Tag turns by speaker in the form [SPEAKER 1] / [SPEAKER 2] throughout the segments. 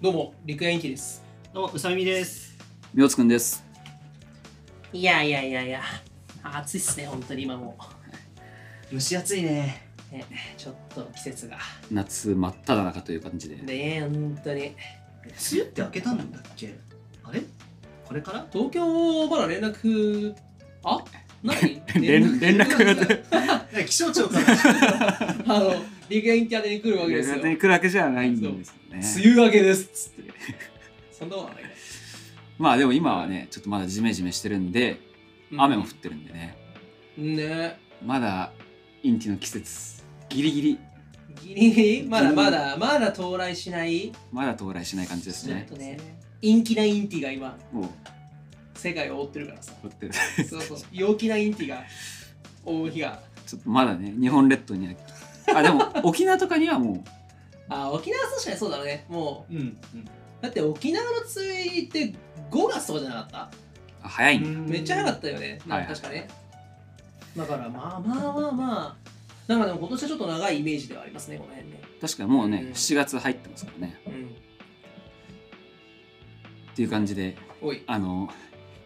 [SPEAKER 1] どうも、陸園一です。
[SPEAKER 2] どうも、うさみです。
[SPEAKER 3] みょうつくんです。
[SPEAKER 1] いやいやいやいや、暑いっすね、本当に今も
[SPEAKER 2] 蒸し暑いね。
[SPEAKER 1] う。ね、ちょっと季節が。
[SPEAKER 3] 夏真っ只中という感じで。
[SPEAKER 1] ねえ、本当に。
[SPEAKER 2] 梅雨って明けたんだっけあれこれから
[SPEAKER 1] 東京、まだ連絡、あない
[SPEAKER 3] 連連絡
[SPEAKER 2] 気象庁から。
[SPEAKER 1] あの、陸園一宛てに来るわけですよ。
[SPEAKER 3] 別に
[SPEAKER 1] 梅
[SPEAKER 3] 来るわけじゃないんですよね。
[SPEAKER 1] 雨明けですっつって。 そんなことはないから
[SPEAKER 3] まあでも今はね、ちょっとまだジメジメしてるんで、雨も降ってるんでね。
[SPEAKER 1] うんね
[SPEAKER 3] まだインティの季節、ギリギリ、
[SPEAKER 1] ギリギリまだまだまだ到来しない
[SPEAKER 3] まだ到来しない感じです
[SPEAKER 1] ちょっ
[SPEAKER 3] ね。
[SPEAKER 1] とね陰気なインティが今
[SPEAKER 3] もう、
[SPEAKER 1] 世界を覆ってるからさ
[SPEAKER 3] こうやって、
[SPEAKER 1] そうそう陽気なインティが覆う日が
[SPEAKER 3] ちょっとまだね、日本列島には。あ、で も沖縄とかにはも
[SPEAKER 1] あ沖縄は確かにそうだろうねも
[SPEAKER 2] うん。うん
[SPEAKER 1] うだって沖縄の梅雨入りって5月とかじゃなかった
[SPEAKER 3] う、あ早いんだ。
[SPEAKER 2] ん
[SPEAKER 1] めっちゃ早かったよね、
[SPEAKER 3] はい
[SPEAKER 1] なんか確かねだからまあまあまあまあなんかでも今年はちょっと長いイメージではありますねこの辺ね
[SPEAKER 3] 確かにもうね、
[SPEAKER 1] うん
[SPEAKER 3] 7月入ってますからね。
[SPEAKER 1] うん
[SPEAKER 3] っていう感じで、
[SPEAKER 1] おい、
[SPEAKER 3] あの、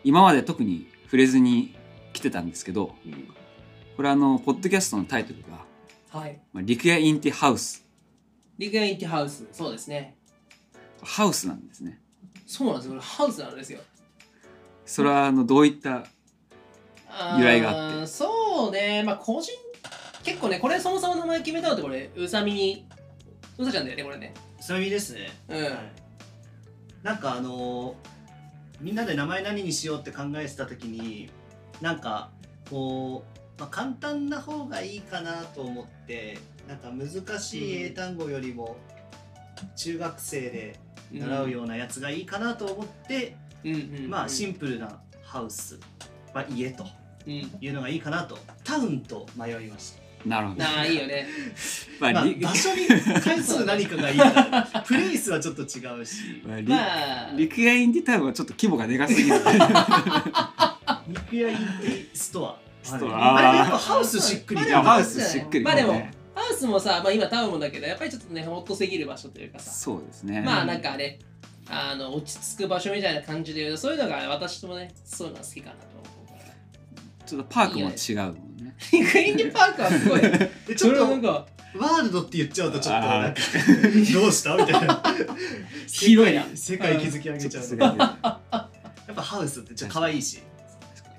[SPEAKER 3] 今まで特に触れずに来てたんですけど、
[SPEAKER 1] うん
[SPEAKER 3] これあの、ポッドキャストのタイトルが、
[SPEAKER 1] はい
[SPEAKER 3] まあ、陸屋インティハウス。
[SPEAKER 1] リクエインティハウスそうですね
[SPEAKER 3] ハウスなんですね。
[SPEAKER 1] そうなんですよこれハウスなんですよ
[SPEAKER 3] それはあのどういった、由来があって
[SPEAKER 1] ーそうねまあ個人結構ねこれそもそも名前決めたのってこれうさみにうさちゃんだよねこれね
[SPEAKER 2] うさみですね。
[SPEAKER 1] うん
[SPEAKER 2] なんかあのー、みんなで名前何にしようって考えてた時に、なんかこう、まあ、簡単な方がいいかなと思って、なんか難しい英単語よりも、中学生で習うようなやつがいいかなと思って、
[SPEAKER 1] うん、うんうんうん
[SPEAKER 2] まあシンプルなハウス、まあ、家と
[SPEAKER 1] うん
[SPEAKER 2] いうのがいいかなとタウンと迷いました、
[SPEAKER 3] なるほど。
[SPEAKER 1] ああいいよね
[SPEAKER 3] まあ
[SPEAKER 2] まあ、
[SPEAKER 3] り
[SPEAKER 2] 場所に関する何かがいいから プレイスはちょっと違うし
[SPEAKER 3] まあり
[SPEAKER 1] まあ
[SPEAKER 3] 陸屋インティタウンはちょっと規模がでかすぎる。
[SPEAKER 2] 肉屋インティストア
[SPEAKER 3] スト
[SPEAKER 2] あ
[SPEAKER 3] ア
[SPEAKER 2] れあれやっぱハウスしっくり
[SPEAKER 1] まあ
[SPEAKER 3] い
[SPEAKER 1] でも
[SPEAKER 3] や
[SPEAKER 2] ハ
[SPEAKER 3] ハ
[SPEAKER 2] ウ
[SPEAKER 3] ウ
[SPEAKER 2] ス
[SPEAKER 3] スしっくり、
[SPEAKER 1] まあでも
[SPEAKER 3] ね
[SPEAKER 1] ハウスもさ、まあ、今タウンもだけどやっぱりちょっとねホッとすぎる場所というかさ
[SPEAKER 3] そうですね。
[SPEAKER 1] まあなんかねあの落ち着く場所みたいな感じで言うとそういうのが私もねそういうのが好きかなと思う から
[SPEAKER 3] ちょっとパークも違うもんね。
[SPEAKER 1] ピンクインディパークはすごい
[SPEAKER 2] でち
[SPEAKER 1] そ
[SPEAKER 2] ょっ
[SPEAKER 1] れ
[SPEAKER 2] と
[SPEAKER 1] はなんか
[SPEAKER 2] ワールドって言っちゃうとちょっと
[SPEAKER 3] あー
[SPEAKER 2] なんかどうしたみたいな
[SPEAKER 1] 広いな
[SPEAKER 2] 世界世界築
[SPEAKER 3] ち
[SPEAKER 2] き上げ
[SPEAKER 3] ょっ
[SPEAKER 2] ち
[SPEAKER 3] と
[SPEAKER 2] ゃう
[SPEAKER 3] す
[SPEAKER 2] と
[SPEAKER 3] ごい
[SPEAKER 2] や
[SPEAKER 3] ねあ
[SPEAKER 2] っぱハウスってちょっと可愛いし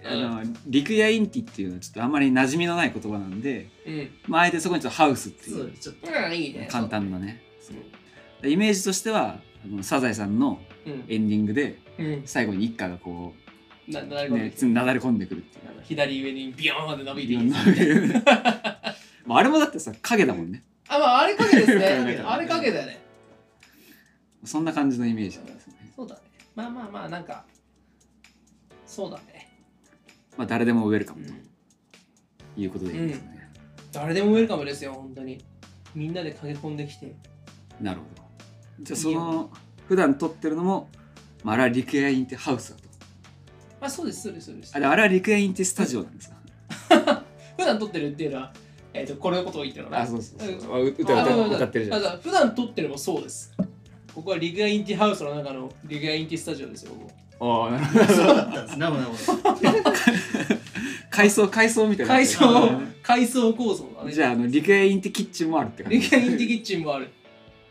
[SPEAKER 3] の陸屋インティっていうのはちょっとあんまり馴染みのない言葉なんで、
[SPEAKER 1] うん
[SPEAKER 3] まああえてそこにちょっとハウスってい
[SPEAKER 2] そう
[SPEAKER 3] う
[SPEAKER 2] ちょっと
[SPEAKER 1] うんいいね
[SPEAKER 3] 簡単なね。
[SPEAKER 1] そう
[SPEAKER 3] イメージとしてはあのサザエさんの
[SPEAKER 1] うん
[SPEAKER 3] エンディングで
[SPEAKER 1] うん
[SPEAKER 3] 最後に一家がこ
[SPEAKER 1] なな
[SPEAKER 3] う、
[SPEAKER 1] るほど
[SPEAKER 3] ね、なだれ込んでくるっていう。
[SPEAKER 1] あの左上にビヨーンって伸びていい
[SPEAKER 3] い ろんなまああれもだってさ影だもんね
[SPEAKER 1] あまああれ影 ですね
[SPEAKER 3] 影だね
[SPEAKER 1] あれ影だよね
[SPEAKER 3] そんな感じのイメージなんですね
[SPEAKER 1] そうだねまあまあまあなんかそうだね、
[SPEAKER 3] まあ誰でもウェルカ
[SPEAKER 1] う
[SPEAKER 3] ムと
[SPEAKER 1] ん、
[SPEAKER 3] いうことでいいですね、
[SPEAKER 1] 誰でもウェルカムですよ本当にみんなで駆け込んできて
[SPEAKER 3] なるほどじゃあその普段撮ってるのも、まあ、あれはリクエインティハウスだと
[SPEAKER 1] まあそうですそうですそうです
[SPEAKER 3] あであれはリクエインティスタジオなんですか
[SPEAKER 1] 普段撮ってるっていうのは、えー、とこれのことを言ってるのかな
[SPEAKER 3] そうそう
[SPEAKER 1] そう
[SPEAKER 3] う歌
[SPEAKER 1] あそうそう
[SPEAKER 3] ってる
[SPEAKER 1] あそう普段撮ってるもそうですここはリグアインティハウスの中のリグアインティスタジオですよもう
[SPEAKER 3] ああなるほど
[SPEAKER 2] そうだったんですなもなも
[SPEAKER 3] 階層階層みたいな
[SPEAKER 1] 階層
[SPEAKER 2] あ
[SPEAKER 1] 階層構造だね
[SPEAKER 3] じゃああのリクエインティキッチンもあるって感
[SPEAKER 1] リ
[SPEAKER 3] じ
[SPEAKER 1] グアインティキッチンもある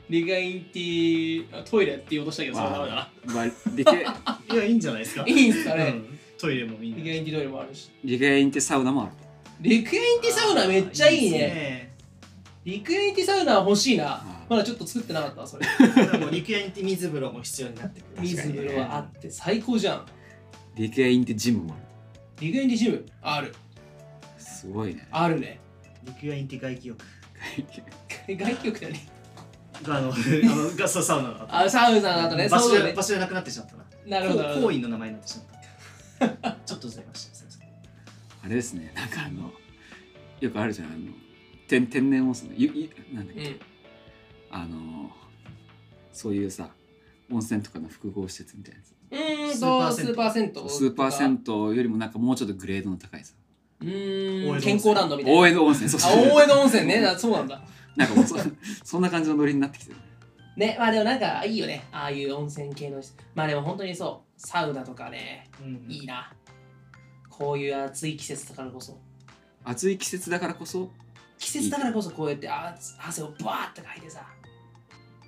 [SPEAKER 1] リグアインティあトイレって言おうとしたけどそれはダメだな
[SPEAKER 3] まあ、リクエ
[SPEAKER 2] いやいいんじゃないですか
[SPEAKER 1] いいんすか
[SPEAKER 2] う
[SPEAKER 1] ね、
[SPEAKER 2] んトイレもいい
[SPEAKER 1] リグアインティトイレもあるし
[SPEAKER 3] リクエインティサウナもある
[SPEAKER 1] リクエインティサウナめっちゃいいね
[SPEAKER 2] あーですね
[SPEAKER 1] リクエインティサウナ欲しいな
[SPEAKER 3] あ
[SPEAKER 1] まだちょっと作ってなかったわそれ
[SPEAKER 2] もう陸屋に行って水風呂も必要になってくる。
[SPEAKER 1] 水風呂はあって最高じゃん
[SPEAKER 3] リクエインティジムもある
[SPEAKER 1] リグエインティジムある
[SPEAKER 3] すごいね
[SPEAKER 1] あるね
[SPEAKER 2] 陸屋インティ外気浴。
[SPEAKER 1] 外気浴だね
[SPEAKER 2] あの、あのガスサウナの後。
[SPEAKER 1] あサウナの後ね
[SPEAKER 2] 場
[SPEAKER 1] そ
[SPEAKER 2] 所
[SPEAKER 1] うだ
[SPEAKER 2] じゃ
[SPEAKER 1] ね
[SPEAKER 2] 場所じゃなくなってしまったな。
[SPEAKER 1] なるほどなるほ
[SPEAKER 2] 行
[SPEAKER 1] ど
[SPEAKER 2] 為の名前になってしまった。ちょっとずれました。すいません
[SPEAKER 3] あれですね、なんかあの、よくあるじゃん、あの、天天然温泉の、ゆゆなんだっ
[SPEAKER 1] う
[SPEAKER 3] け、
[SPEAKER 1] ん
[SPEAKER 3] あの、そういうさ、温泉とかの複合施設みたいなやつ。
[SPEAKER 1] うーんとス
[SPEAKER 2] スー
[SPEAKER 1] ー
[SPEAKER 2] パ
[SPEAKER 1] パーセント
[SPEAKER 3] スーパー銭湯よりもなんかもうちょっとグレードの高いさ。
[SPEAKER 1] うー
[SPEAKER 2] 大江
[SPEAKER 1] ん
[SPEAKER 2] 戸温泉
[SPEAKER 1] 健康ランドみたい
[SPEAKER 3] 大
[SPEAKER 1] な
[SPEAKER 3] 江戸温泉、そう
[SPEAKER 1] あ
[SPEAKER 3] そう。
[SPEAKER 1] 大江戸温泉ねなそうなんだ
[SPEAKER 3] なんかもうそ、そんな感じのノリになってきてる。
[SPEAKER 1] ね、まあでもなんかいいよね。ああいう温泉系のし。まあでも本当にそう、サウナとかね、
[SPEAKER 2] うん
[SPEAKER 1] いいな。こういう暑い季節だからこそ。
[SPEAKER 3] 暑い季節だからこそ
[SPEAKER 1] 季節だからこそこうやってあ汗をバーってかいてさ、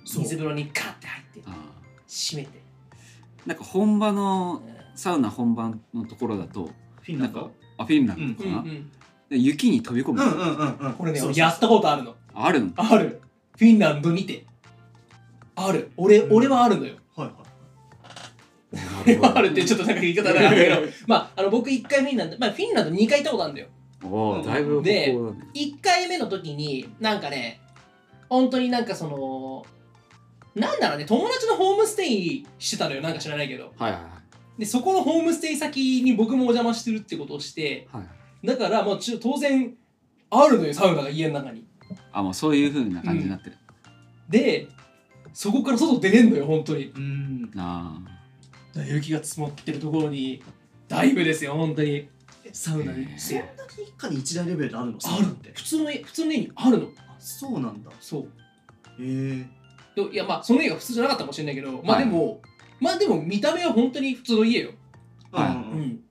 [SPEAKER 1] 水風呂にガッて入って、
[SPEAKER 3] あ
[SPEAKER 1] 締めて。
[SPEAKER 3] ーなんか本場
[SPEAKER 1] う
[SPEAKER 3] の
[SPEAKER 1] ん
[SPEAKER 3] サウナ本番のところだと
[SPEAKER 2] フィン
[SPEAKER 3] な
[SPEAKER 2] ラ
[SPEAKER 3] ん
[SPEAKER 2] ン
[SPEAKER 3] か
[SPEAKER 2] ド
[SPEAKER 3] あフィンランドかな、
[SPEAKER 1] うんうん
[SPEAKER 3] で雪に飛び込む、
[SPEAKER 2] うんうんうんうん
[SPEAKER 1] これね、
[SPEAKER 2] そ
[SPEAKER 1] 俺
[SPEAKER 2] うそうそう
[SPEAKER 1] やったことあるの。
[SPEAKER 3] あるの
[SPEAKER 1] ある。フィンランドにて。ある。俺、
[SPEAKER 2] うん
[SPEAKER 1] 俺はあるのよ。
[SPEAKER 2] はいはい
[SPEAKER 1] 俺は あるってちょっとなんか言い方があるけど。
[SPEAKER 3] け
[SPEAKER 1] まあ、あの僕1回フィンランド、まあフィンランド2回行ったことあるんだよ。
[SPEAKER 3] どおおだいぶ北
[SPEAKER 1] で
[SPEAKER 3] 欧だね
[SPEAKER 1] 1回目の時になんかね本当になんかそのなんだろうね友達のホームステイしてたのよなんか知らないけど
[SPEAKER 3] はいはいはい
[SPEAKER 1] でそこのホームステイ先に僕もお邪魔してるってことをして
[SPEAKER 3] はいはい
[SPEAKER 1] だからまあちょ当然あるのよサウナが家の中に
[SPEAKER 3] あもうそういう風な感じになってる、
[SPEAKER 1] でそこから外出れんのよ本当に
[SPEAKER 2] うん
[SPEAKER 3] あ
[SPEAKER 1] だから雪が積もってるところにダイブですよ本当にサウナに行っ
[SPEAKER 2] そ
[SPEAKER 1] て
[SPEAKER 2] んなに一家に一大レベルであるの
[SPEAKER 1] あるって普通の家普通の家にあるの
[SPEAKER 2] あそうなんだへ
[SPEAKER 1] そう
[SPEAKER 2] え
[SPEAKER 1] でいやまあその家が普通じゃなかったかもしれないけどまあ
[SPEAKER 3] は
[SPEAKER 1] で
[SPEAKER 3] い
[SPEAKER 1] も、まあでも見た目は本当に普通の家よ、
[SPEAKER 3] はい
[SPEAKER 1] うん、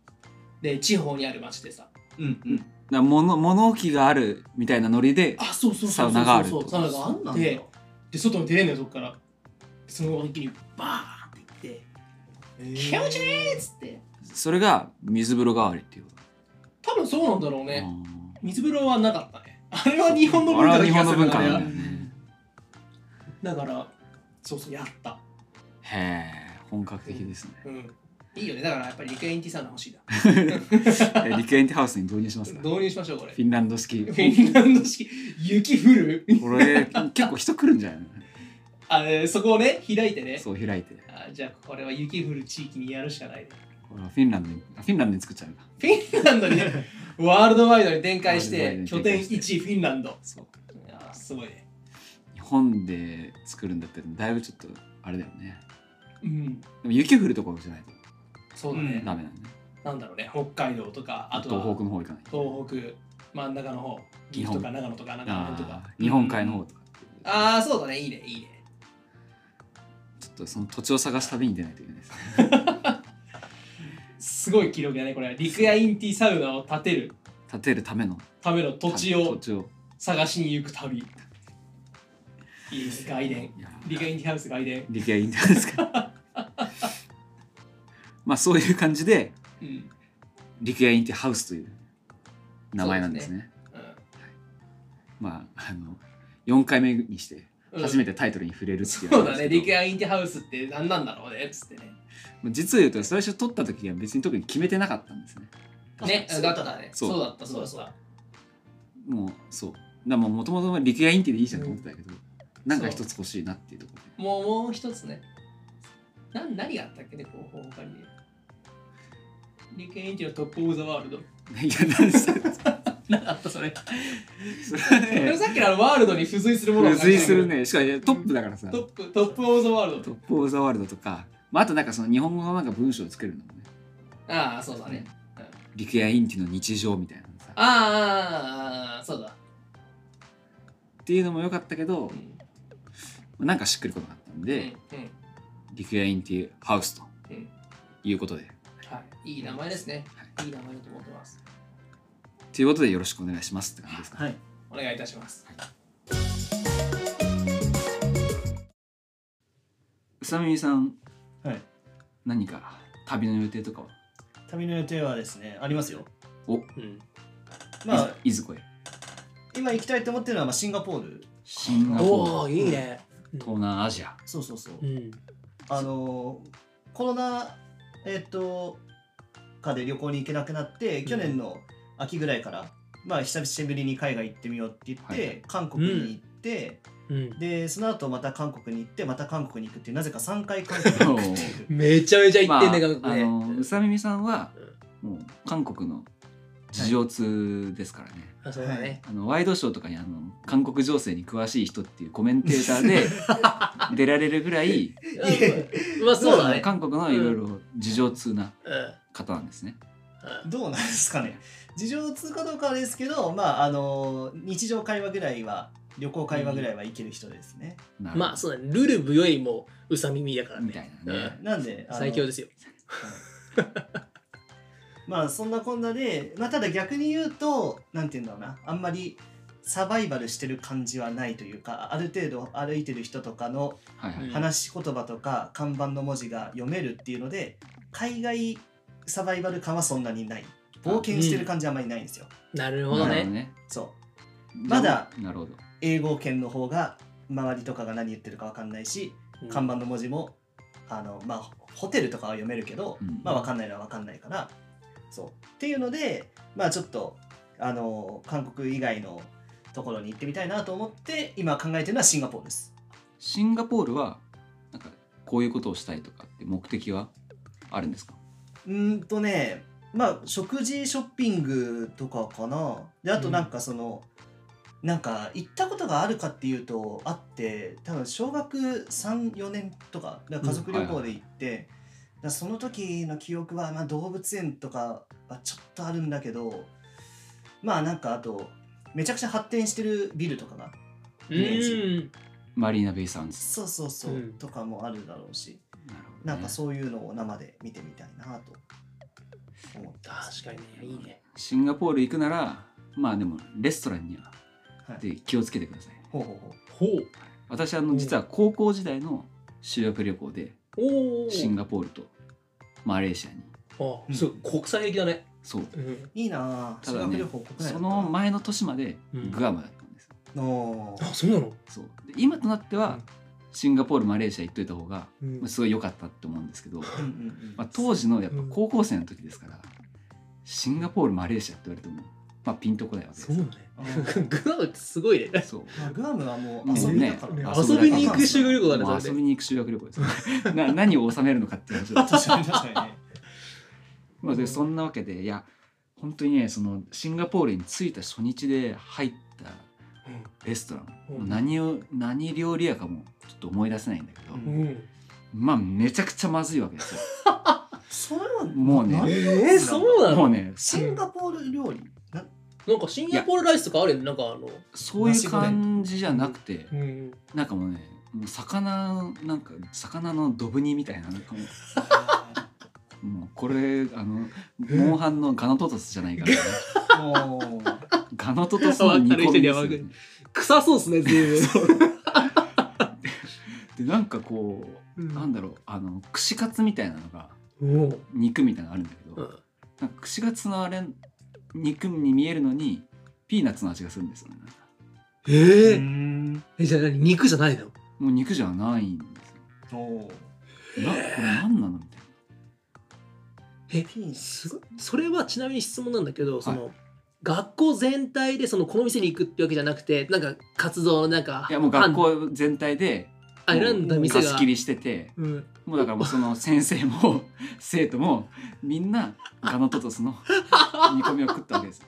[SPEAKER 1] で地方にある町でさ
[SPEAKER 2] うんうん
[SPEAKER 3] あな物物置があるみたいなノリで
[SPEAKER 1] あそうそうそうそう
[SPEAKER 3] サウナがある
[SPEAKER 1] そうサウナがあ
[SPEAKER 2] そうな
[SPEAKER 1] っ
[SPEAKER 2] んだ
[SPEAKER 1] てで外に出れんのよそこからその一気にバーンっていって「気持ちいい!」っつって
[SPEAKER 3] それが水風呂代わりっていうこ
[SPEAKER 1] 多分そうなんだろう
[SPEAKER 3] と、
[SPEAKER 1] ね、
[SPEAKER 3] あー
[SPEAKER 1] 水風呂はなかったねあれは日本の文化
[SPEAKER 3] あ
[SPEAKER 1] だ
[SPEAKER 3] れは
[SPEAKER 1] 気が
[SPEAKER 3] 日本
[SPEAKER 1] す
[SPEAKER 3] の
[SPEAKER 1] る
[SPEAKER 3] 文
[SPEAKER 1] か
[SPEAKER 3] 化なん
[SPEAKER 1] ら
[SPEAKER 3] だよね
[SPEAKER 1] だからそうそうやった
[SPEAKER 3] へえ本格的ですね、
[SPEAKER 1] うんいいよねだからやっぱりリクエインティサウナ欲 しいな
[SPEAKER 3] えリクエンテハウスに導入しますかフ
[SPEAKER 1] 導入しましょうこれ
[SPEAKER 3] ィンランド式
[SPEAKER 1] フィンランド式雪降る
[SPEAKER 3] これ結構人来るんじゃない
[SPEAKER 1] あえーそこをね開いて
[SPEAKER 3] の
[SPEAKER 1] ね
[SPEAKER 3] そう開いて
[SPEAKER 1] あじゃあこれは雪降る地域にやるしかないね
[SPEAKER 3] これはフィンランドにあフィンランドに作っちゃうか
[SPEAKER 1] フィンランドにねワールドワイドに展開し
[SPEAKER 3] ワー
[SPEAKER 1] て
[SPEAKER 3] ルド
[SPEAKER 1] 拠
[SPEAKER 3] ワイド
[SPEAKER 1] 点
[SPEAKER 3] に展開して
[SPEAKER 1] 1フィンランド
[SPEAKER 3] そう
[SPEAKER 1] いやーすごいね
[SPEAKER 3] 日本で作るんだったらだいぶちょっとあれだよね
[SPEAKER 1] うん
[SPEAKER 3] でも雪降るところじゃないと
[SPEAKER 1] そうだね、
[SPEAKER 2] うん
[SPEAKER 3] ダメなんね
[SPEAKER 1] なんだろうね北海道とかあとは
[SPEAKER 3] 東北の方行かない
[SPEAKER 1] 東北真ん中の方岐阜とか長野とか長野とか
[SPEAKER 3] あー日本海の方とか
[SPEAKER 1] ああーそうだねいいねいいね
[SPEAKER 3] ちょっとその土地を探す旅に出ないといけないですね
[SPEAKER 1] すごい記録だねこれは陸やインティサウナを建てる
[SPEAKER 3] 建てるための
[SPEAKER 1] ための土地
[SPEAKER 3] 土
[SPEAKER 1] を
[SPEAKER 3] 地を
[SPEAKER 1] 探しに行く旅いいです外伝
[SPEAKER 3] いやー
[SPEAKER 1] 陸やインティハウス外伝
[SPEAKER 3] 理解いいんじゃないですかまあそういう感じで
[SPEAKER 1] うん
[SPEAKER 3] リクエインティハウスという名前なんですねまああの4回目にして
[SPEAKER 1] うん
[SPEAKER 3] 初めてタイトルに触れるっていう
[SPEAKER 1] そうだね、リク
[SPEAKER 3] イ
[SPEAKER 1] アインティハウスって何なんだろうねっつってね。
[SPEAKER 3] 実を言うと最初撮った時は別に特に決めてなかったんですね
[SPEAKER 1] ね、
[SPEAKER 2] あそう
[SPEAKER 1] だったね。
[SPEAKER 3] そう
[SPEAKER 1] そうだった、そうだっ
[SPEAKER 2] そう
[SPEAKER 1] た。
[SPEAKER 3] もうそうだもともとリクエインティでいいじゃんと思ってたけど、なんか一つ欲しいなっていうところ
[SPEAKER 1] もうもう一つね。なん何があったっけね、こう他に。リクアインティのトップ・オブ・ザ・ワールド。
[SPEAKER 3] でいやなんです
[SPEAKER 1] なかった、それ。
[SPEAKER 3] それは
[SPEAKER 1] でも
[SPEAKER 3] ね
[SPEAKER 1] さっきのあのワールドに付随するもの
[SPEAKER 3] 付
[SPEAKER 1] が感じた
[SPEAKER 3] 随す
[SPEAKER 1] けど
[SPEAKER 3] る。ねしかもいやトップだからさ
[SPEAKER 1] トップ、トップ・オブ・ザ・ワールド。
[SPEAKER 3] トップ・オブ・ザ・ワールドとか、まあ、あとなんかその日本語のなんか文章を作るのもね
[SPEAKER 1] ああ、そうだね。
[SPEAKER 3] リクエインティの日常みたいなのさ
[SPEAKER 1] ああああああああ、そうだ。
[SPEAKER 3] っていうのも良かったけど
[SPEAKER 1] うん
[SPEAKER 3] なんかしっくりこなかったんで、
[SPEAKER 1] うんうん
[SPEAKER 3] リクエインティハウスと
[SPEAKER 1] うん
[SPEAKER 3] いうことで、
[SPEAKER 1] はい、いい名前ですね。いい名前だと思ってます。
[SPEAKER 3] ということでよろしくお願いしますって感じですか、
[SPEAKER 2] はい
[SPEAKER 1] お願いいたします。
[SPEAKER 3] うさみみさん
[SPEAKER 2] はい
[SPEAKER 3] 何か旅の予定とかは
[SPEAKER 2] 旅の予定はですねありますよ
[SPEAKER 1] うん
[SPEAKER 2] まあ
[SPEAKER 3] いずいずこへ
[SPEAKER 2] 今行きたいと思ってるのはまあシンガポール
[SPEAKER 3] シンガポー
[SPEAKER 1] おお、
[SPEAKER 3] ル
[SPEAKER 1] いいね。
[SPEAKER 3] 東南アジア
[SPEAKER 2] そうそうそう
[SPEAKER 1] うん。
[SPEAKER 2] あのーコロナえっとかで旅行に行けなくなって去年の秋ぐらいから、まあ久しぶりに海外行ってみようって言って、
[SPEAKER 3] はいはい
[SPEAKER 2] 韓国に行って、
[SPEAKER 1] うん
[SPEAKER 2] でその後また韓国に行ってまた韓国に行くっていうなぜか3回韓国に行くって いう
[SPEAKER 1] めちゃめちゃ行
[SPEAKER 3] ま
[SPEAKER 1] って
[SPEAKER 3] あ
[SPEAKER 1] んね、韓国
[SPEAKER 3] あ
[SPEAKER 1] ね。
[SPEAKER 3] のうさみみさんはもう韓国の事情通ですからね、
[SPEAKER 1] あそうだね。
[SPEAKER 3] あのワイドショーとかにあの韓国情勢に詳しい人っていうコメンテーター で出られるぐらい
[SPEAKER 1] うんまあそうだ
[SPEAKER 3] あの
[SPEAKER 1] ね。
[SPEAKER 3] 韓国のいろいろ事情通な
[SPEAKER 1] うんうん
[SPEAKER 3] 方なんですね。
[SPEAKER 2] どうなんですかね事情通かどうかはですけどまああのー日常会話ぐらいは旅行会話ぐらいは行ける人ですね、
[SPEAKER 3] なるほど
[SPEAKER 1] まあそうだねルルブよりもうさ耳だから
[SPEAKER 3] み
[SPEAKER 1] ね
[SPEAKER 3] たいなね。
[SPEAKER 2] なんであの
[SPEAKER 1] 最強ですよ
[SPEAKER 2] まあそんなこんなで、まあ、ただ逆に言うとなんて言うんだろうなあんまりサバイバルしてる感じはないというかある程度歩いてる人とかの
[SPEAKER 3] はいは
[SPEAKER 1] う
[SPEAKER 3] い
[SPEAKER 1] ん
[SPEAKER 2] 話し言葉とか看板の文字が読めるっていうので海外サバイバル感はそんなにない冒険してる感じはあんまりないんですよ、
[SPEAKER 1] なるほど
[SPEAKER 3] なるほ
[SPEAKER 1] ね
[SPEAKER 3] どね。
[SPEAKER 2] そう
[SPEAKER 3] ま
[SPEAKER 2] だ
[SPEAKER 3] なるほど。
[SPEAKER 2] 英語圏の方が周りとかが何言ってるか分かんないし
[SPEAKER 1] うん
[SPEAKER 2] 看板の文字もあの、まあ、ホテルとかは読めるけど、
[SPEAKER 3] うん
[SPEAKER 2] まあ、分かんないのは分かんないからそうっていうので、まあ、ちょっとあの韓国以外のところに行ってみたいなと思って今考えてるのはシンガポールです。
[SPEAKER 3] シンガポールはなんかこういうことをしたいとかって目的はあるんですか。
[SPEAKER 2] うーんとねまあ食事ショッピングとかかなであとなんかその、なんか行ったことがあるかっていうとあって多分小学34年とかだから家族旅行で行って、だからその時の記憶は、まあ、動物園とかはちょっとあるんだけどまあなんかあとめちゃくちゃ発展してるビルとかが
[SPEAKER 1] う
[SPEAKER 2] イメージ
[SPEAKER 1] ん
[SPEAKER 3] マリーナベイサンズ。
[SPEAKER 2] そうそうそう、
[SPEAKER 1] うん
[SPEAKER 2] とかもあるだろうし
[SPEAKER 3] なるほどね
[SPEAKER 2] なんかそういうのを生で見てみたいなと思ってます
[SPEAKER 1] 確かにねいいね
[SPEAKER 3] シンガポール行くならまあでもレストランには
[SPEAKER 2] はい
[SPEAKER 3] で気をつけてください。
[SPEAKER 2] ほうほうほう
[SPEAKER 1] ほう
[SPEAKER 3] 私あの実は高校時代の修学旅行で
[SPEAKER 1] おお
[SPEAKER 3] シンガポールとマレーシアに
[SPEAKER 1] あすごい国際的だね
[SPEAKER 3] そう
[SPEAKER 1] うん
[SPEAKER 2] いいなあ
[SPEAKER 3] た
[SPEAKER 2] 修
[SPEAKER 3] だ
[SPEAKER 2] 学
[SPEAKER 3] ね
[SPEAKER 2] 旅行国内だ
[SPEAKER 3] その前の年まで
[SPEAKER 1] うん
[SPEAKER 3] グアムだったんですよ、
[SPEAKER 2] の
[SPEAKER 1] あそうなの
[SPEAKER 3] そうで今となって
[SPEAKER 1] う
[SPEAKER 3] は
[SPEAKER 1] ん
[SPEAKER 3] シンガポールマレーシア行っといた方が
[SPEAKER 1] うん
[SPEAKER 3] まあすごい良かったって思うんです けど、
[SPEAKER 2] うんうんうん
[SPEAKER 3] まあ、当時のやっぱ高校生の時ですからシンガポールマレーシアって言われてもまあピンとこないわけです
[SPEAKER 1] そう
[SPEAKER 3] よ
[SPEAKER 1] ねグアムってすごいね
[SPEAKER 3] そう
[SPEAKER 2] まあグアムはもう
[SPEAKER 3] も
[SPEAKER 2] 遊
[SPEAKER 3] う
[SPEAKER 2] び
[SPEAKER 3] ね
[SPEAKER 2] だから、
[SPEAKER 1] ね
[SPEAKER 2] あ
[SPEAKER 1] 遊びに行く修学旅行だね
[SPEAKER 3] もう
[SPEAKER 1] それで
[SPEAKER 3] 遊びに行く修学旅行ですよ な何を収めるのかっていう話だ
[SPEAKER 2] 確かに確かにね
[SPEAKER 3] まあ、
[SPEAKER 1] う
[SPEAKER 3] で
[SPEAKER 1] ん
[SPEAKER 3] そんなわけでいや本当にねそのシンガポールに着いた初日で入ったレストラン、
[SPEAKER 1] うん
[SPEAKER 3] 何を何料理屋かもちょっと思い出せないんだけど、
[SPEAKER 2] うん
[SPEAKER 1] うん
[SPEAKER 3] まあめちゃくちゃまずいわけですよ
[SPEAKER 2] それは
[SPEAKER 3] もうね
[SPEAKER 2] 何
[SPEAKER 1] えーそう な
[SPEAKER 3] もう
[SPEAKER 1] の
[SPEAKER 3] ね
[SPEAKER 2] シンガポール料理な
[SPEAKER 1] なんかシンガポールライスとかあるよねなんかあの
[SPEAKER 3] そういう感じじゃなくて、
[SPEAKER 1] うん
[SPEAKER 3] なんかもうねもう魚なんか魚のドブ煮みたいななんかもうもうこれあのモンハンのガノトトスじゃないから、ね、
[SPEAKER 2] もう
[SPEAKER 3] ガノトトスの煮込みですよ、
[SPEAKER 1] わかる人
[SPEAKER 3] ね
[SPEAKER 1] に、臭そうっすね随分
[SPEAKER 3] でなんかこう
[SPEAKER 1] うん
[SPEAKER 3] なんだろうあの串カツみたいなのが
[SPEAKER 1] おー
[SPEAKER 3] 肉みたいなのあるんだけど、
[SPEAKER 1] うん
[SPEAKER 3] なんか串カツのあれ肉に見えるのにピーナッツの味がするんですよねなんか
[SPEAKER 1] え
[SPEAKER 2] う
[SPEAKER 1] ー
[SPEAKER 2] ん
[SPEAKER 1] えじゃあ何肉じゃないの
[SPEAKER 3] もう肉じゃないんです
[SPEAKER 2] おー
[SPEAKER 3] よなこれ何なのみたい
[SPEAKER 1] え
[SPEAKER 2] ピン
[SPEAKER 1] すごいそれはちなみに質問なんだけどその、学校全体でそのこの店に行くってわけじゃなくてなんか活動のなんか
[SPEAKER 3] ないやもう学校全体で
[SPEAKER 1] あ選んだ店
[SPEAKER 3] 貸し
[SPEAKER 1] が
[SPEAKER 3] 切りしてて
[SPEAKER 1] うん、
[SPEAKER 3] もうだからもうその先生も 生徒もみんなガノトトスの煮込みを食ったわけですよ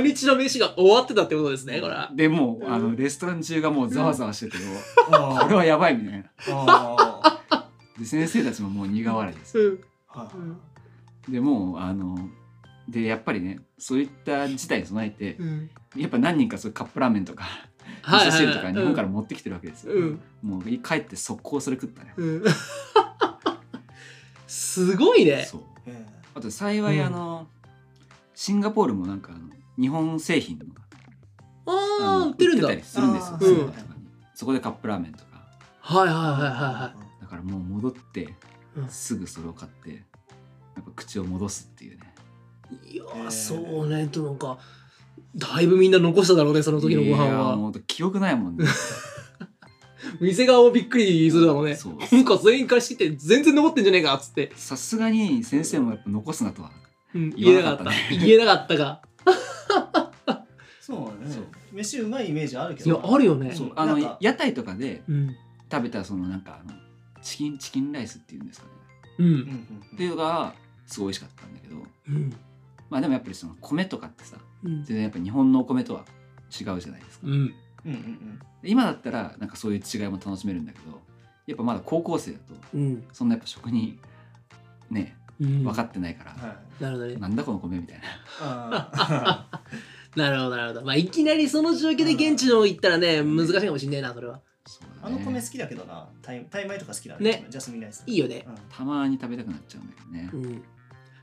[SPEAKER 1] 初日の飯が終わってたってことですねこれは
[SPEAKER 3] でもうあのレストラン中がもうざわざわしてて、これ
[SPEAKER 2] あ
[SPEAKER 3] はやばいみたいな
[SPEAKER 2] ーあ
[SPEAKER 3] で先生たちももう苦笑いです
[SPEAKER 1] うん
[SPEAKER 2] ーは
[SPEAKER 3] でもうあのでやっぱりねそういった事態に備えて
[SPEAKER 1] うん
[SPEAKER 3] やっぱ何人かそういうカップラーメンとか味
[SPEAKER 1] はい
[SPEAKER 3] 噌
[SPEAKER 1] はいは
[SPEAKER 3] 汁
[SPEAKER 1] い
[SPEAKER 3] とか日本から持ってきてるわけですよ、
[SPEAKER 1] うん
[SPEAKER 3] もう帰って速攻それ食ったね、
[SPEAKER 1] うんうんすごいね
[SPEAKER 3] そう
[SPEAKER 2] いうん
[SPEAKER 3] あと幸い
[SPEAKER 1] うん
[SPEAKER 3] あの、シンガポールもなんかあの日本製品のあ
[SPEAKER 1] ああ
[SPEAKER 3] の
[SPEAKER 1] 売ってるんだ
[SPEAKER 3] た
[SPEAKER 1] はい
[SPEAKER 3] りするんですよ
[SPEAKER 2] あ、
[SPEAKER 1] ー
[SPEAKER 3] ス
[SPEAKER 1] う
[SPEAKER 3] ーパー
[SPEAKER 1] ん
[SPEAKER 3] とかにそこでカップラーメンとか
[SPEAKER 1] はいはいは
[SPEAKER 3] だからもう戻って
[SPEAKER 1] うん
[SPEAKER 3] すぐそれを買ってやっぱ口を戻すっていうね
[SPEAKER 1] いはいいや
[SPEAKER 2] え
[SPEAKER 1] ー
[SPEAKER 2] ー
[SPEAKER 1] そうねとなんかだいぶみんな残しただろうねその時のご飯
[SPEAKER 3] いやーも
[SPEAKER 1] は
[SPEAKER 3] う記憶ないもんね
[SPEAKER 1] 店側もびっくりするだろうね
[SPEAKER 3] そう
[SPEAKER 1] なんか全員貸し切って全然残ってんじゃねえかっつって
[SPEAKER 3] さすがに先生もやっぱ残すなとは
[SPEAKER 1] うん言
[SPEAKER 3] 言
[SPEAKER 1] え
[SPEAKER 3] わ
[SPEAKER 1] な
[SPEAKER 3] な
[SPEAKER 1] かっ
[SPEAKER 3] かったたね
[SPEAKER 1] 言えなかったか
[SPEAKER 2] そうだね
[SPEAKER 3] そう
[SPEAKER 2] 飯うまいイメージあるけ
[SPEAKER 1] い
[SPEAKER 2] ど
[SPEAKER 1] やあるよね
[SPEAKER 2] そう
[SPEAKER 3] あ
[SPEAKER 2] な
[SPEAKER 3] の
[SPEAKER 2] んか
[SPEAKER 3] 屋台とかで
[SPEAKER 1] うん
[SPEAKER 3] 食べたそのなんかあのチキンチキンライスっていうんですかね
[SPEAKER 1] う
[SPEAKER 2] うん
[SPEAKER 1] ん
[SPEAKER 2] うんうん
[SPEAKER 3] っていうのがすごい美味しかったんだけど
[SPEAKER 1] うん
[SPEAKER 3] まあでもやっぱりその米とかってさ
[SPEAKER 1] うん
[SPEAKER 3] 全然やっぱ日本のお米とは違うじゃないですか、
[SPEAKER 1] うん
[SPEAKER 2] うんうん
[SPEAKER 3] 今だったらなんかそういう違いも楽しめるんだけどやっぱまだ高校生だと
[SPEAKER 1] うん
[SPEAKER 3] そんなやっぱ食にね
[SPEAKER 1] うん
[SPEAKER 3] 分かってないから、
[SPEAKER 2] うんはい
[SPEAKER 1] なるほどね
[SPEAKER 3] なんだこの米みたいな
[SPEAKER 2] あー
[SPEAKER 1] なるほどなるほどまあいきなりその状況で現地の方行ったらね難しいかもしんねえなそれは
[SPEAKER 3] そうだ
[SPEAKER 2] あ
[SPEAKER 3] ね
[SPEAKER 2] の米好きだけどな、タイタイ米とか好きだね。
[SPEAKER 1] ね
[SPEAKER 2] ジャスミンライス。
[SPEAKER 1] いいよね
[SPEAKER 2] うん
[SPEAKER 3] たまに食べたくなっちゃうんだよね、
[SPEAKER 1] うん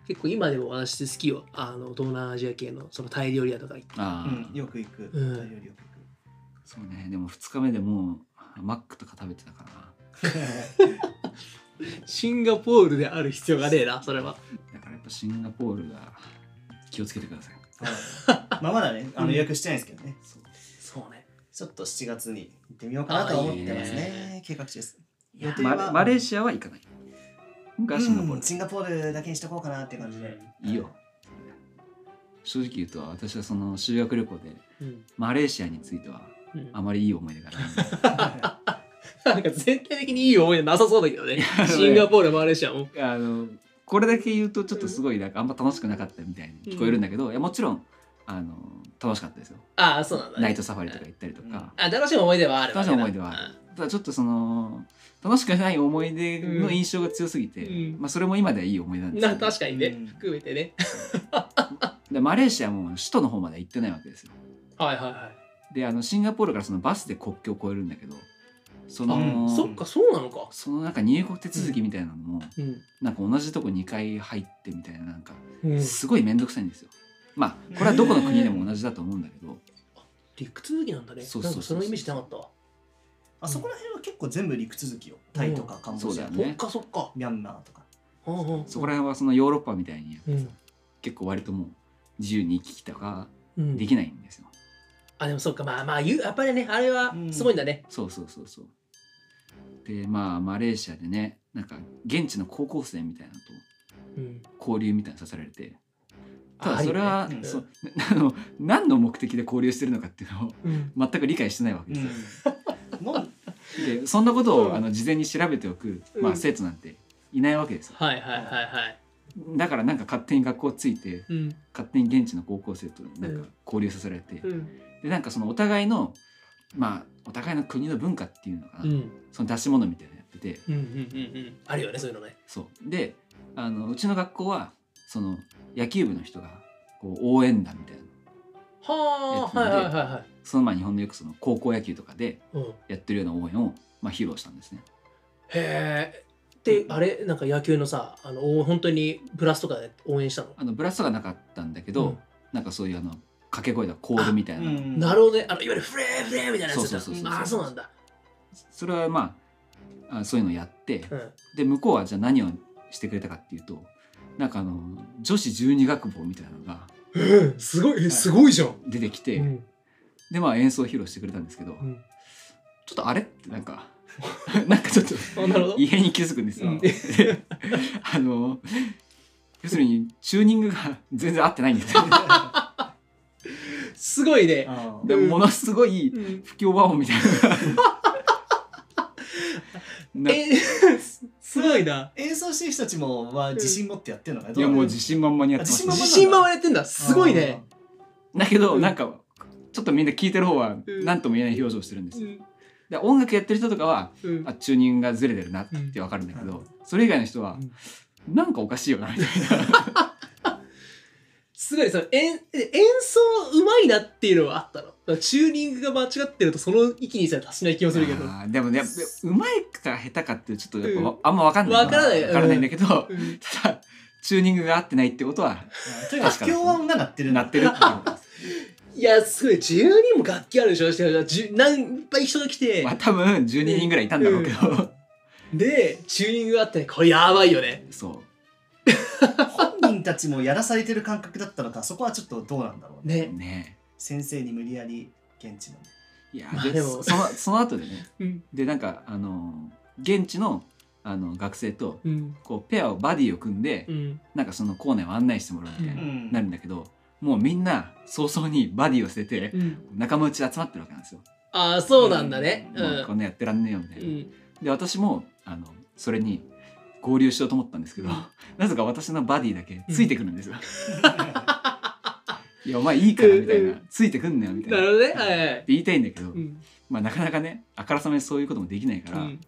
[SPEAKER 1] 結構今でも私好きよあの東南アジア系のそのタイ料理屋とか行って
[SPEAKER 3] ああ、
[SPEAKER 2] うん、よく行く。
[SPEAKER 1] うん
[SPEAKER 2] タイ料理よく
[SPEAKER 3] そうねでも2日目でもうマックとか食べてたからな
[SPEAKER 2] 行く。
[SPEAKER 1] シンガポールである必要がねえなそれは
[SPEAKER 3] だからやっぱシンガポールが気をつけてください
[SPEAKER 2] はいまあま だね、あ
[SPEAKER 1] うん
[SPEAKER 2] の予約してないですけどね。
[SPEAKER 3] そう
[SPEAKER 1] そうね
[SPEAKER 2] ちょっと7月に行ってみようかなとは思ってます
[SPEAKER 3] あいい
[SPEAKER 2] ね。計画中です。
[SPEAKER 1] いや
[SPEAKER 2] 予定
[SPEAKER 3] マ
[SPEAKER 2] は
[SPEAKER 3] レマレーシアは行かないがシンガポー
[SPEAKER 2] う
[SPEAKER 3] ル
[SPEAKER 2] ん、シンガポールだけにしとこうかなっていう感じで。
[SPEAKER 3] いいよ正直言うと私はその修学旅行で
[SPEAKER 1] うん、
[SPEAKER 3] マレーシアについては
[SPEAKER 1] うん
[SPEAKER 3] あまりいい思い出がないん で
[SPEAKER 2] は
[SPEAKER 1] なんか全体的にいい思い出なさそうだけどねシンガポールもあれしちゃう
[SPEAKER 3] あのこれだけ言うとちょっとすごいなんかあんま楽しくなかったみたいに聞こえるんだけど、いやもちろんあの楽しかったですよ、
[SPEAKER 1] ああそうなんだ、
[SPEAKER 3] ナイ
[SPEAKER 1] ね、
[SPEAKER 3] トサファリとか行ったりとか、
[SPEAKER 1] あ楽しい思い出はある
[SPEAKER 3] 楽しい思い出はあるただちょっとその楽しくない思い出の印象が強すぎて、
[SPEAKER 1] うん
[SPEAKER 3] まあ、それも今ではいい思い出なんです
[SPEAKER 1] な
[SPEAKER 3] けど
[SPEAKER 1] 確かにね、
[SPEAKER 2] うん
[SPEAKER 1] 含めてね
[SPEAKER 3] でマレーシアも首都の方まで行ってないわけですよ
[SPEAKER 1] はいはいはい
[SPEAKER 3] であのシンガポールからそのバスで国境を越えるんだけどその、
[SPEAKER 2] うん
[SPEAKER 1] そっかそうなのか
[SPEAKER 3] そのなんか入国手続きみたいなのも、
[SPEAKER 1] うん、
[SPEAKER 3] なんか同じとこ2回入ってみたいななんか
[SPEAKER 1] うん、
[SPEAKER 3] すごい面倒くさいんですよ。まあこれはどこの国でも同じだと思うんだけど、
[SPEAKER 1] 陸続きなんだね
[SPEAKER 3] そう
[SPEAKER 1] な
[SPEAKER 3] そ
[SPEAKER 1] んか
[SPEAKER 3] うそう
[SPEAKER 1] そ
[SPEAKER 3] そう
[SPEAKER 1] のイメージなかったわ
[SPEAKER 2] あそこら辺は結構全部陸続きよ。タイとかカンボジア
[SPEAKER 3] そうだ、よ
[SPEAKER 1] そ
[SPEAKER 3] ね
[SPEAKER 1] っかそっか
[SPEAKER 2] ミャンマーとか。
[SPEAKER 1] うんうん
[SPEAKER 3] そこら辺はそのヨーロッパみたいに
[SPEAKER 1] うん
[SPEAKER 3] 結構割ともう自由に行き来とか
[SPEAKER 1] うん
[SPEAKER 3] できないんですよ。
[SPEAKER 1] あでもそっかまあまあゆやっぱりねあれは
[SPEAKER 2] うん
[SPEAKER 1] すごいんだね、
[SPEAKER 3] そうそうそうそう。でまあマレーシアでねなんか現地の高校生みたいなのと
[SPEAKER 1] うん、
[SPEAKER 3] 交流みたいなのさせられてた
[SPEAKER 1] あ
[SPEAKER 3] だそれは、
[SPEAKER 2] あるよねうん
[SPEAKER 3] そう あの何の目的で交流してるのかっていうのを
[SPEAKER 1] うん
[SPEAKER 3] 全く理解してないわけですよ。
[SPEAKER 2] もう
[SPEAKER 3] でそんなことを、
[SPEAKER 1] うん
[SPEAKER 3] あの事前に調べておく、
[SPEAKER 1] う
[SPEAKER 3] ま
[SPEAKER 1] ん
[SPEAKER 3] あ、生徒なんていないわけですよ。
[SPEAKER 1] はいはいはいはい
[SPEAKER 3] だからなんか勝手に学校ついて
[SPEAKER 1] うん
[SPEAKER 3] 勝手に現地の高校生となん
[SPEAKER 1] う
[SPEAKER 3] か交流させられて、
[SPEAKER 1] うん
[SPEAKER 3] でなんかそのお互いのまあお互いの国の文化っていうのかな、
[SPEAKER 1] うん
[SPEAKER 3] その出し物みたいなのやってて
[SPEAKER 1] うんうんうんあるよねそういうのね
[SPEAKER 3] そうであのうちの学校はその野球部の人がこう応援団みたいな
[SPEAKER 1] はあは
[SPEAKER 3] や
[SPEAKER 1] い
[SPEAKER 3] つで
[SPEAKER 1] はいはいはい
[SPEAKER 3] そのまあ日本のよくその高校野球とかで
[SPEAKER 1] うんへ
[SPEAKER 3] やってるような応援をまあ披露したんですね。
[SPEAKER 1] えであれなんか野球のさあのお本当にブラスとかで応援したの
[SPEAKER 3] あのブラストがなかったんだけど、
[SPEAKER 1] うん
[SPEAKER 3] なんかそういうあの掛け声だコールみ たいな、
[SPEAKER 1] なるほどねあのいわゆるフレーフレーみたいなやつだ
[SPEAKER 3] そうそうそうそう
[SPEAKER 1] ああそうなんだ
[SPEAKER 3] それはまああそういうのをやって、
[SPEAKER 1] うん
[SPEAKER 3] で向こうはじゃあ何をしてくれたかっていうとなんかあの女子十二学坊みたいなのが
[SPEAKER 1] すごい
[SPEAKER 2] えす
[SPEAKER 1] ごいじゃん、
[SPEAKER 3] 出てきて、
[SPEAKER 1] うん
[SPEAKER 3] でまあ演奏を披露してくれたんですけど、
[SPEAKER 1] ん
[SPEAKER 3] ちょっとあれってなんか なんかちょっと
[SPEAKER 1] あなるほど
[SPEAKER 3] 異変に気づくんですよ。
[SPEAKER 2] うん
[SPEAKER 3] であの要するにチューニングが 全然合ってないんです よ。
[SPEAKER 1] すごいね、
[SPEAKER 2] ほ
[SPEAKER 3] でものすごい
[SPEAKER 1] うん
[SPEAKER 3] 不協和音みたいなのが。な
[SPEAKER 1] え すごいな
[SPEAKER 2] 演奏してる人たちもは自信持ってやってるのか
[SPEAKER 3] いやもう自信満々にやってました
[SPEAKER 2] あ満々
[SPEAKER 1] 自
[SPEAKER 2] なんだ
[SPEAKER 1] 信満々やってんだすごいね、
[SPEAKER 3] だけど、
[SPEAKER 1] うん
[SPEAKER 3] なんかちょっとみんな聞いてる方は
[SPEAKER 1] うん
[SPEAKER 3] 何とも言えない表情してるんです
[SPEAKER 1] う
[SPEAKER 3] よ、
[SPEAKER 1] ん
[SPEAKER 3] で音楽やってる人とかは
[SPEAKER 1] うん
[SPEAKER 3] あチューニングがずれてるなってわかるんだけど、それ以外の人は、なんかおかしいよなみたい
[SPEAKER 1] すごいその演え演奏うまいなっていうのはあったのだからチューニングが間違ってるとその域にさえ達しない気もするけど
[SPEAKER 3] なあーでもねやっぱうまいか下手かってちょっとやっぱ、
[SPEAKER 1] うん
[SPEAKER 3] あんまわかんない
[SPEAKER 1] わからない
[SPEAKER 3] わからないんだけど、
[SPEAKER 1] うん
[SPEAKER 3] ただチューニングが合ってないってことは
[SPEAKER 2] とにかく不協和音が鳴ってる
[SPEAKER 3] なってるっていう ことです
[SPEAKER 1] いやすごい12も楽器あるでしょしかもじゅ何いっぱい人が来て、
[SPEAKER 3] まあ多分12人ぐらいいたんだろうけど、
[SPEAKER 1] でチューニングがあってこれやばいよね
[SPEAKER 3] そう
[SPEAKER 2] 本人たちもやらされてる感覚だったのかそこはちょっとどうなんだろうね
[SPEAKER 1] ね、
[SPEAKER 3] ね
[SPEAKER 2] 先生に無理やり現地のね
[SPEAKER 3] いや、
[SPEAKER 1] まあ
[SPEAKER 3] で
[SPEAKER 1] でも
[SPEAKER 3] そのその後でね
[SPEAKER 1] うん
[SPEAKER 3] でなんかあの現地のあの学生と
[SPEAKER 1] うん
[SPEAKER 3] こうペアをバディを組んで、
[SPEAKER 1] うん、
[SPEAKER 3] なんかその校内を案内してもらうみたいな、
[SPEAKER 2] うん
[SPEAKER 3] なるんだけどもうみんな早々にバディを捨てて仲間内で集まってるわけなんですよ。
[SPEAKER 1] ああそうなんだねう
[SPEAKER 3] もうこ
[SPEAKER 1] ん
[SPEAKER 3] んなやってらんねえよみたいうな。
[SPEAKER 1] ん
[SPEAKER 3] で私もあのそれに合流しようと思ったんですけど、
[SPEAKER 1] う ん
[SPEAKER 3] なぜか私のバディだけついてくるんですよ。 いやお前いいからみたいな、
[SPEAKER 1] うん
[SPEAKER 3] ついてくんなよみたい
[SPEAKER 1] な
[SPEAKER 3] な。
[SPEAKER 1] る
[SPEAKER 3] って
[SPEAKER 1] ほどねはいはい
[SPEAKER 3] 言いたいんだけど、
[SPEAKER 1] うん
[SPEAKER 3] まあ、なかなかねあからさまにそういうこともできないか
[SPEAKER 1] う
[SPEAKER 3] ら、
[SPEAKER 1] ん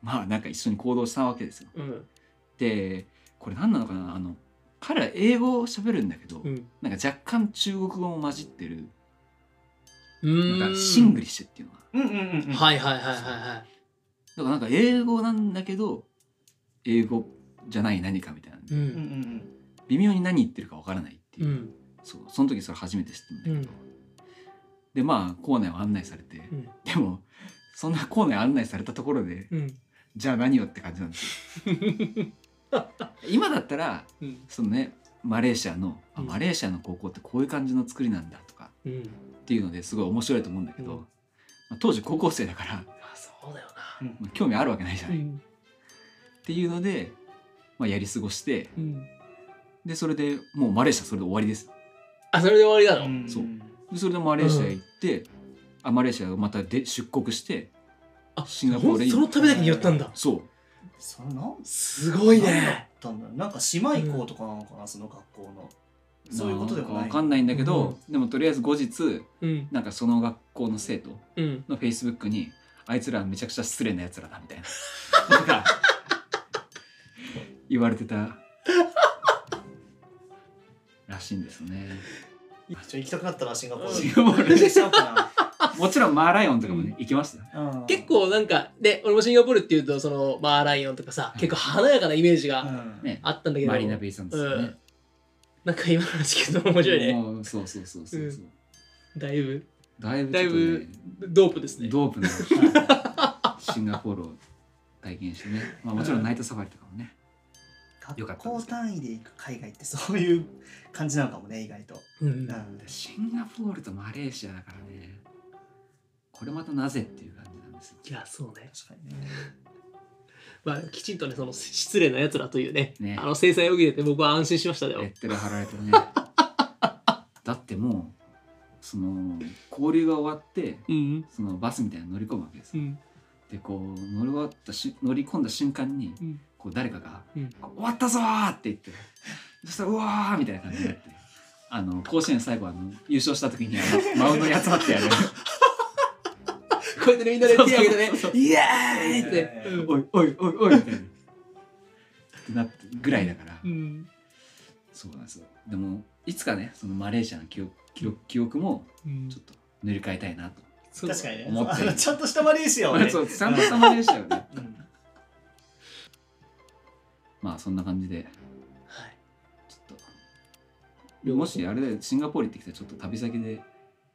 [SPEAKER 3] まあなんか一緒に行動したわけですよ。
[SPEAKER 1] うん
[SPEAKER 3] でこれ何なのかなあの彼ら英語を喋るんだけど、
[SPEAKER 4] うん
[SPEAKER 3] なんか若干中国語も混じってる
[SPEAKER 4] う
[SPEAKER 3] なん
[SPEAKER 4] ー
[SPEAKER 3] か
[SPEAKER 4] ん
[SPEAKER 3] シングリッシュっていうのが
[SPEAKER 2] うんうんうん
[SPEAKER 4] はいはいはいはいはい
[SPEAKER 3] だからなんか英語なんだけど英語じゃない何かみたいな
[SPEAKER 4] う
[SPEAKER 2] うんうんん
[SPEAKER 3] 微妙に何言ってるかわからないっていうう、
[SPEAKER 4] ん
[SPEAKER 3] そうその時それ初めて知ったんだけど、
[SPEAKER 4] うん
[SPEAKER 3] でまあ校内を案内されて、
[SPEAKER 4] うん
[SPEAKER 3] でもそんな校内案内されたところで
[SPEAKER 4] うん
[SPEAKER 3] じゃあ何をって感じなんですよ今だったら
[SPEAKER 4] うん
[SPEAKER 3] そのねマレーシアのあ
[SPEAKER 4] うん
[SPEAKER 3] マレーシアの高校ってこういう感じの作りなんだとか
[SPEAKER 4] うん
[SPEAKER 3] っていうのですごい面白いと思うんだけど、
[SPEAKER 4] うん
[SPEAKER 3] まあ当時高校生だから、
[SPEAKER 4] あそうだよ
[SPEAKER 2] う
[SPEAKER 4] なん
[SPEAKER 3] まあ興味あるわけないじゃ
[SPEAKER 4] う
[SPEAKER 3] ない、っ
[SPEAKER 4] ん
[SPEAKER 3] ていうので、まあ、やり過ごして
[SPEAKER 4] うん
[SPEAKER 3] でそれでもうマレーシアそれで終わりです
[SPEAKER 4] あそれで終わりな
[SPEAKER 2] う
[SPEAKER 4] の
[SPEAKER 2] ん
[SPEAKER 3] そうでそれでマレーシア行って、あマレーシアまたで出国して
[SPEAKER 4] あ
[SPEAKER 3] シンガポールに
[SPEAKER 4] ほんそのためだけにやったんだ
[SPEAKER 3] そう
[SPEAKER 2] それなん
[SPEAKER 4] すごい
[SPEAKER 2] 何だっ
[SPEAKER 4] ね
[SPEAKER 2] たんだろうなんか姉妹校とかなのかな、その学校のそういうことでも
[SPEAKER 3] ん
[SPEAKER 2] な
[SPEAKER 3] か
[SPEAKER 2] い
[SPEAKER 3] わかんないんだけど、でもとりあえず後日
[SPEAKER 4] うん
[SPEAKER 3] なんかその学校の生徒
[SPEAKER 4] うん
[SPEAKER 3] のフェイスブックにあいつらめちゃくちゃ失礼なやつらだみたいななんか言われてたらしいんですよね
[SPEAKER 2] ちょ行きたくなったらシンガポール
[SPEAKER 4] うん
[SPEAKER 3] シンガポール
[SPEAKER 2] 行っちゃおうか
[SPEAKER 3] もちろんマーライオンとかもね、行きました
[SPEAKER 2] な、うん
[SPEAKER 4] 結、構なんかで俺もシンガポールっていうとそのマーライオンとかさ結構華やかなイメージ
[SPEAKER 2] う
[SPEAKER 4] が
[SPEAKER 2] ん
[SPEAKER 3] ね
[SPEAKER 4] あったんだけど
[SPEAKER 3] マリーナ・ベイ・サンズですよね、
[SPEAKER 4] なんか今の話聞くと面白いね
[SPEAKER 3] もうそうそうそうそうそう、
[SPEAKER 4] だいぶ
[SPEAKER 3] だいぶ
[SPEAKER 4] だ
[SPEAKER 3] ち
[SPEAKER 4] い
[SPEAKER 3] ょっとね
[SPEAKER 4] ぶドープですね
[SPEAKER 3] ドープなシンガポールを体験してね、まあ、もちろんナイトサファリとかもねよかっ
[SPEAKER 2] 学
[SPEAKER 3] たで
[SPEAKER 2] 校
[SPEAKER 3] すけど
[SPEAKER 2] 単位で行く海外ってそういう感じなのかもね意外と、
[SPEAKER 4] うん
[SPEAKER 2] うん
[SPEAKER 3] シンガポールとマレーシアだからねこれまたなぜっていう感じなんですよ
[SPEAKER 4] いやそうね、
[SPEAKER 2] 確かにね
[SPEAKER 4] まあ、きちんとねその失礼なやつらというね
[SPEAKER 3] ね
[SPEAKER 4] あの制裁を受けてて僕は安心しましたよ、
[SPEAKER 3] レッテル貼られて ねだってもうその交流が終わって
[SPEAKER 4] うん
[SPEAKER 3] そのバスみたいなの乗り込むわけです
[SPEAKER 4] う
[SPEAKER 3] よ
[SPEAKER 4] ん
[SPEAKER 3] でこう乗り終わったし乗り込んだ瞬間に
[SPEAKER 4] うん
[SPEAKER 3] こう誰かが
[SPEAKER 4] うん
[SPEAKER 3] 「こう終わったぞ!」って言ってそしたら「うわー!」みたいな感じになってあの甲子園最後あの優勝した時にあのマウンドに集まってやる
[SPEAKER 4] こうやってねみんなで手挙げてね
[SPEAKER 3] そうそうそう
[SPEAKER 4] イエーイっ
[SPEAKER 2] え
[SPEAKER 4] て
[SPEAKER 2] ー
[SPEAKER 3] おいおいおいおいみたいなってなってぐらいだから、
[SPEAKER 4] うん
[SPEAKER 3] そうなんですよでもいつかねそのマレーシアの記憶記録記憶も
[SPEAKER 4] うん
[SPEAKER 3] ちょっと塗り替えたいなと、
[SPEAKER 4] そう
[SPEAKER 2] 確かにね
[SPEAKER 3] 思って
[SPEAKER 2] あのちゃんとしたマレーシアを ね、
[SPEAKER 3] そうちゃんとしたマレーシアをね
[SPEAKER 2] うん
[SPEAKER 3] まあそんな感じで
[SPEAKER 4] はい
[SPEAKER 3] ちょっともしあれでシンガポール行ってきたらちょっと旅先で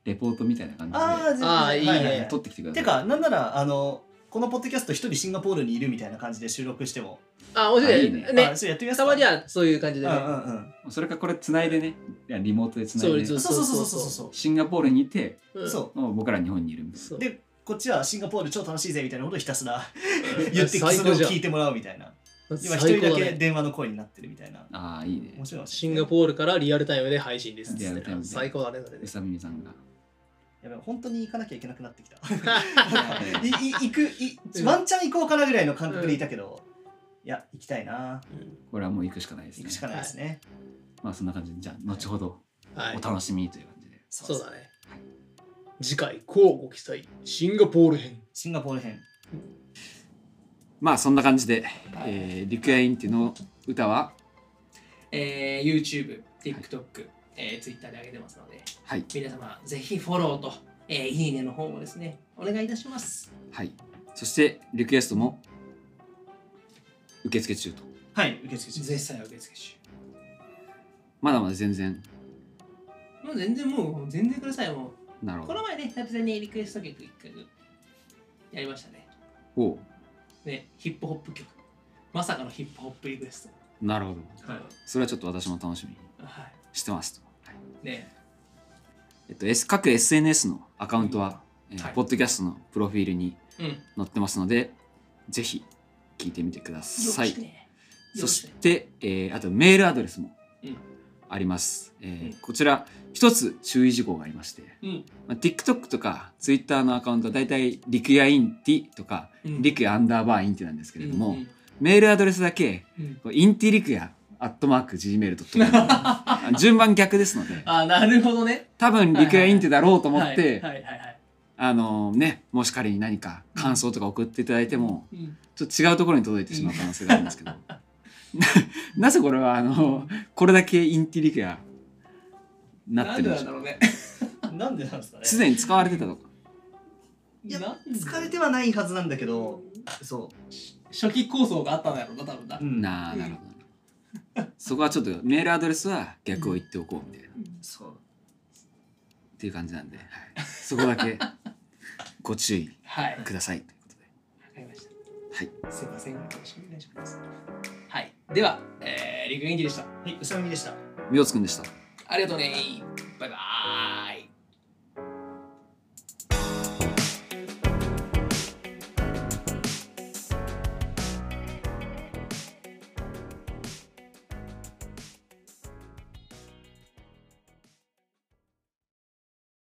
[SPEAKER 3] レポートみたいな感じで
[SPEAKER 2] あ
[SPEAKER 4] あー
[SPEAKER 2] あ
[SPEAKER 4] いいね
[SPEAKER 3] ね撮ってきてくださ
[SPEAKER 2] て
[SPEAKER 3] い
[SPEAKER 2] かなんならあのこのポッドキャスト一人シンガポールにいるみたいな感じで収録しても、
[SPEAKER 4] あ面白
[SPEAKER 3] あ
[SPEAKER 4] い
[SPEAKER 3] いい
[SPEAKER 4] ね
[SPEAKER 3] ね
[SPEAKER 4] ね
[SPEAKER 2] あちょっとやってみます
[SPEAKER 4] た
[SPEAKER 2] か
[SPEAKER 4] まにはそういう感じでね、
[SPEAKER 2] うんうんうん
[SPEAKER 3] それかこれつないでねいやリモートでつないで
[SPEAKER 4] そう
[SPEAKER 2] そうそうそうそうそうそう
[SPEAKER 3] シンガポールにいて
[SPEAKER 4] うん
[SPEAKER 2] そ
[SPEAKER 3] もう僕ら日本にいるみたいな
[SPEAKER 4] そう
[SPEAKER 2] うでこっちはシンガポール超楽しいぜみたいなことをひたすら
[SPEAKER 4] うん
[SPEAKER 2] 言ってそれ
[SPEAKER 4] 最
[SPEAKER 2] を
[SPEAKER 4] 高じゃん
[SPEAKER 2] 聞いてもらうみたいな今一
[SPEAKER 4] 最高
[SPEAKER 2] 人だ
[SPEAKER 4] だ
[SPEAKER 2] け
[SPEAKER 4] ね
[SPEAKER 2] 電話の声になってるみたいな
[SPEAKER 3] ああいいね
[SPEAKER 2] 面白いわ
[SPEAKER 4] シンガポールからリアルタイムで配信です
[SPEAKER 3] リアルタイムで
[SPEAKER 4] 最高だねそれ
[SPEAKER 3] う
[SPEAKER 4] で
[SPEAKER 3] さみさんが
[SPEAKER 2] やべ本当に行かなきゃいけなくなってきた
[SPEAKER 3] はい
[SPEAKER 2] いい行くいワンチャン行こうかなぐらいの感覚でいたけど、いや行きたいな
[SPEAKER 3] これはもう行くしかないです
[SPEAKER 2] 行
[SPEAKER 3] ね
[SPEAKER 2] くしかないですね、
[SPEAKER 3] まあそんな感じでじゃあ後ほど
[SPEAKER 4] はい
[SPEAKER 3] お楽しみという感じで、
[SPEAKER 4] そうだ
[SPEAKER 2] ね
[SPEAKER 4] ね次回こうご期待シンガポール編
[SPEAKER 2] シンガポール編
[SPEAKER 3] まあそんな感じで、えー、リクエインティの歌は
[SPEAKER 1] えー YouTube、TikTok、えー Twitter で上げてますので、
[SPEAKER 3] はい
[SPEAKER 1] 皆様ぜひフォローと、えーいいねの方もですね、お願いいたします。
[SPEAKER 3] はいそしてリクエストも受付中と
[SPEAKER 2] はい受付中
[SPEAKER 1] 絶賛受付中。
[SPEAKER 3] まだまだ全然
[SPEAKER 1] もう全然もう、全然ください。も
[SPEAKER 3] なる
[SPEAKER 1] う、
[SPEAKER 3] ほ
[SPEAKER 1] こ
[SPEAKER 3] ど
[SPEAKER 1] の前ね、久々にリクエスト曲一曲やりましたね。
[SPEAKER 3] おう
[SPEAKER 1] ね、ヒップホップ曲。まさかのヒップホップリクエス
[SPEAKER 3] なるほど
[SPEAKER 1] ト。はい。
[SPEAKER 3] それはちょっと私も楽しみにしてますと、はい
[SPEAKER 1] ね、
[SPEAKER 3] えっと、S 各 SNS のアカウントは、えー
[SPEAKER 1] はい
[SPEAKER 3] ポッドキャストのプロフィールに
[SPEAKER 1] うん。よ
[SPEAKER 3] 載ってますのでぜひ聞いてみてくだ
[SPEAKER 1] ろし
[SPEAKER 3] さい
[SPEAKER 1] くね。よ
[SPEAKER 3] そ
[SPEAKER 1] ろし
[SPEAKER 3] し
[SPEAKER 1] くね。
[SPEAKER 3] て、えーあとメールアドレスも
[SPEAKER 1] うん
[SPEAKER 3] あります、えー
[SPEAKER 1] うん
[SPEAKER 3] こちら一つ注意事項がありまして、
[SPEAKER 1] うん。
[SPEAKER 3] まあ、TikTok とか Twitter のアカウントはだいたいリクヤインティとか、
[SPEAKER 1] うん
[SPEAKER 3] リクヤアンダーバーインティなんですけれども、
[SPEAKER 1] うん
[SPEAKER 3] メールアドレスだけ
[SPEAKER 1] うん
[SPEAKER 3] こうインティリクヤアットマーク Gmail.com 順番逆ですので
[SPEAKER 1] あ、なるほどね。
[SPEAKER 3] 多分リクヤインティだろうと思って、
[SPEAKER 1] はいはいはいはい。
[SPEAKER 3] あのねもし仮に何か感想とか送っていただいても、
[SPEAKER 1] うん
[SPEAKER 3] ちょっと違うところに届いてしまう可能性があるんですけど、 なぜこれはあのこれだけインテリがなっ
[SPEAKER 1] な
[SPEAKER 3] て
[SPEAKER 1] んで
[SPEAKER 3] る
[SPEAKER 1] な
[SPEAKER 3] んでし
[SPEAKER 1] んだ
[SPEAKER 3] ょ
[SPEAKER 1] ろ
[SPEAKER 3] う
[SPEAKER 1] うね。
[SPEAKER 2] なんでなんですかね
[SPEAKER 3] すでに使われてたとか
[SPEAKER 2] いや
[SPEAKER 1] なんで
[SPEAKER 2] 疲れてはないはずなんだけどそ
[SPEAKER 1] 初期構想があったんだろうな、多分な
[SPEAKER 2] う、う。ん、
[SPEAKER 3] なあなるほどそこはちょっとメールアドレスは逆を言っておこうみたいな、っ
[SPEAKER 2] そう
[SPEAKER 3] ていう感じなんで、はい、そこだけご注意
[SPEAKER 1] はい。わか
[SPEAKER 3] くださいということで
[SPEAKER 1] りました。
[SPEAKER 3] はい。
[SPEAKER 1] すいません。よろしくお願いします。はい。では、えー、リクエンキでした。
[SPEAKER 2] はいうさみでした
[SPEAKER 3] みおつくんでした
[SPEAKER 1] ありがとうねー。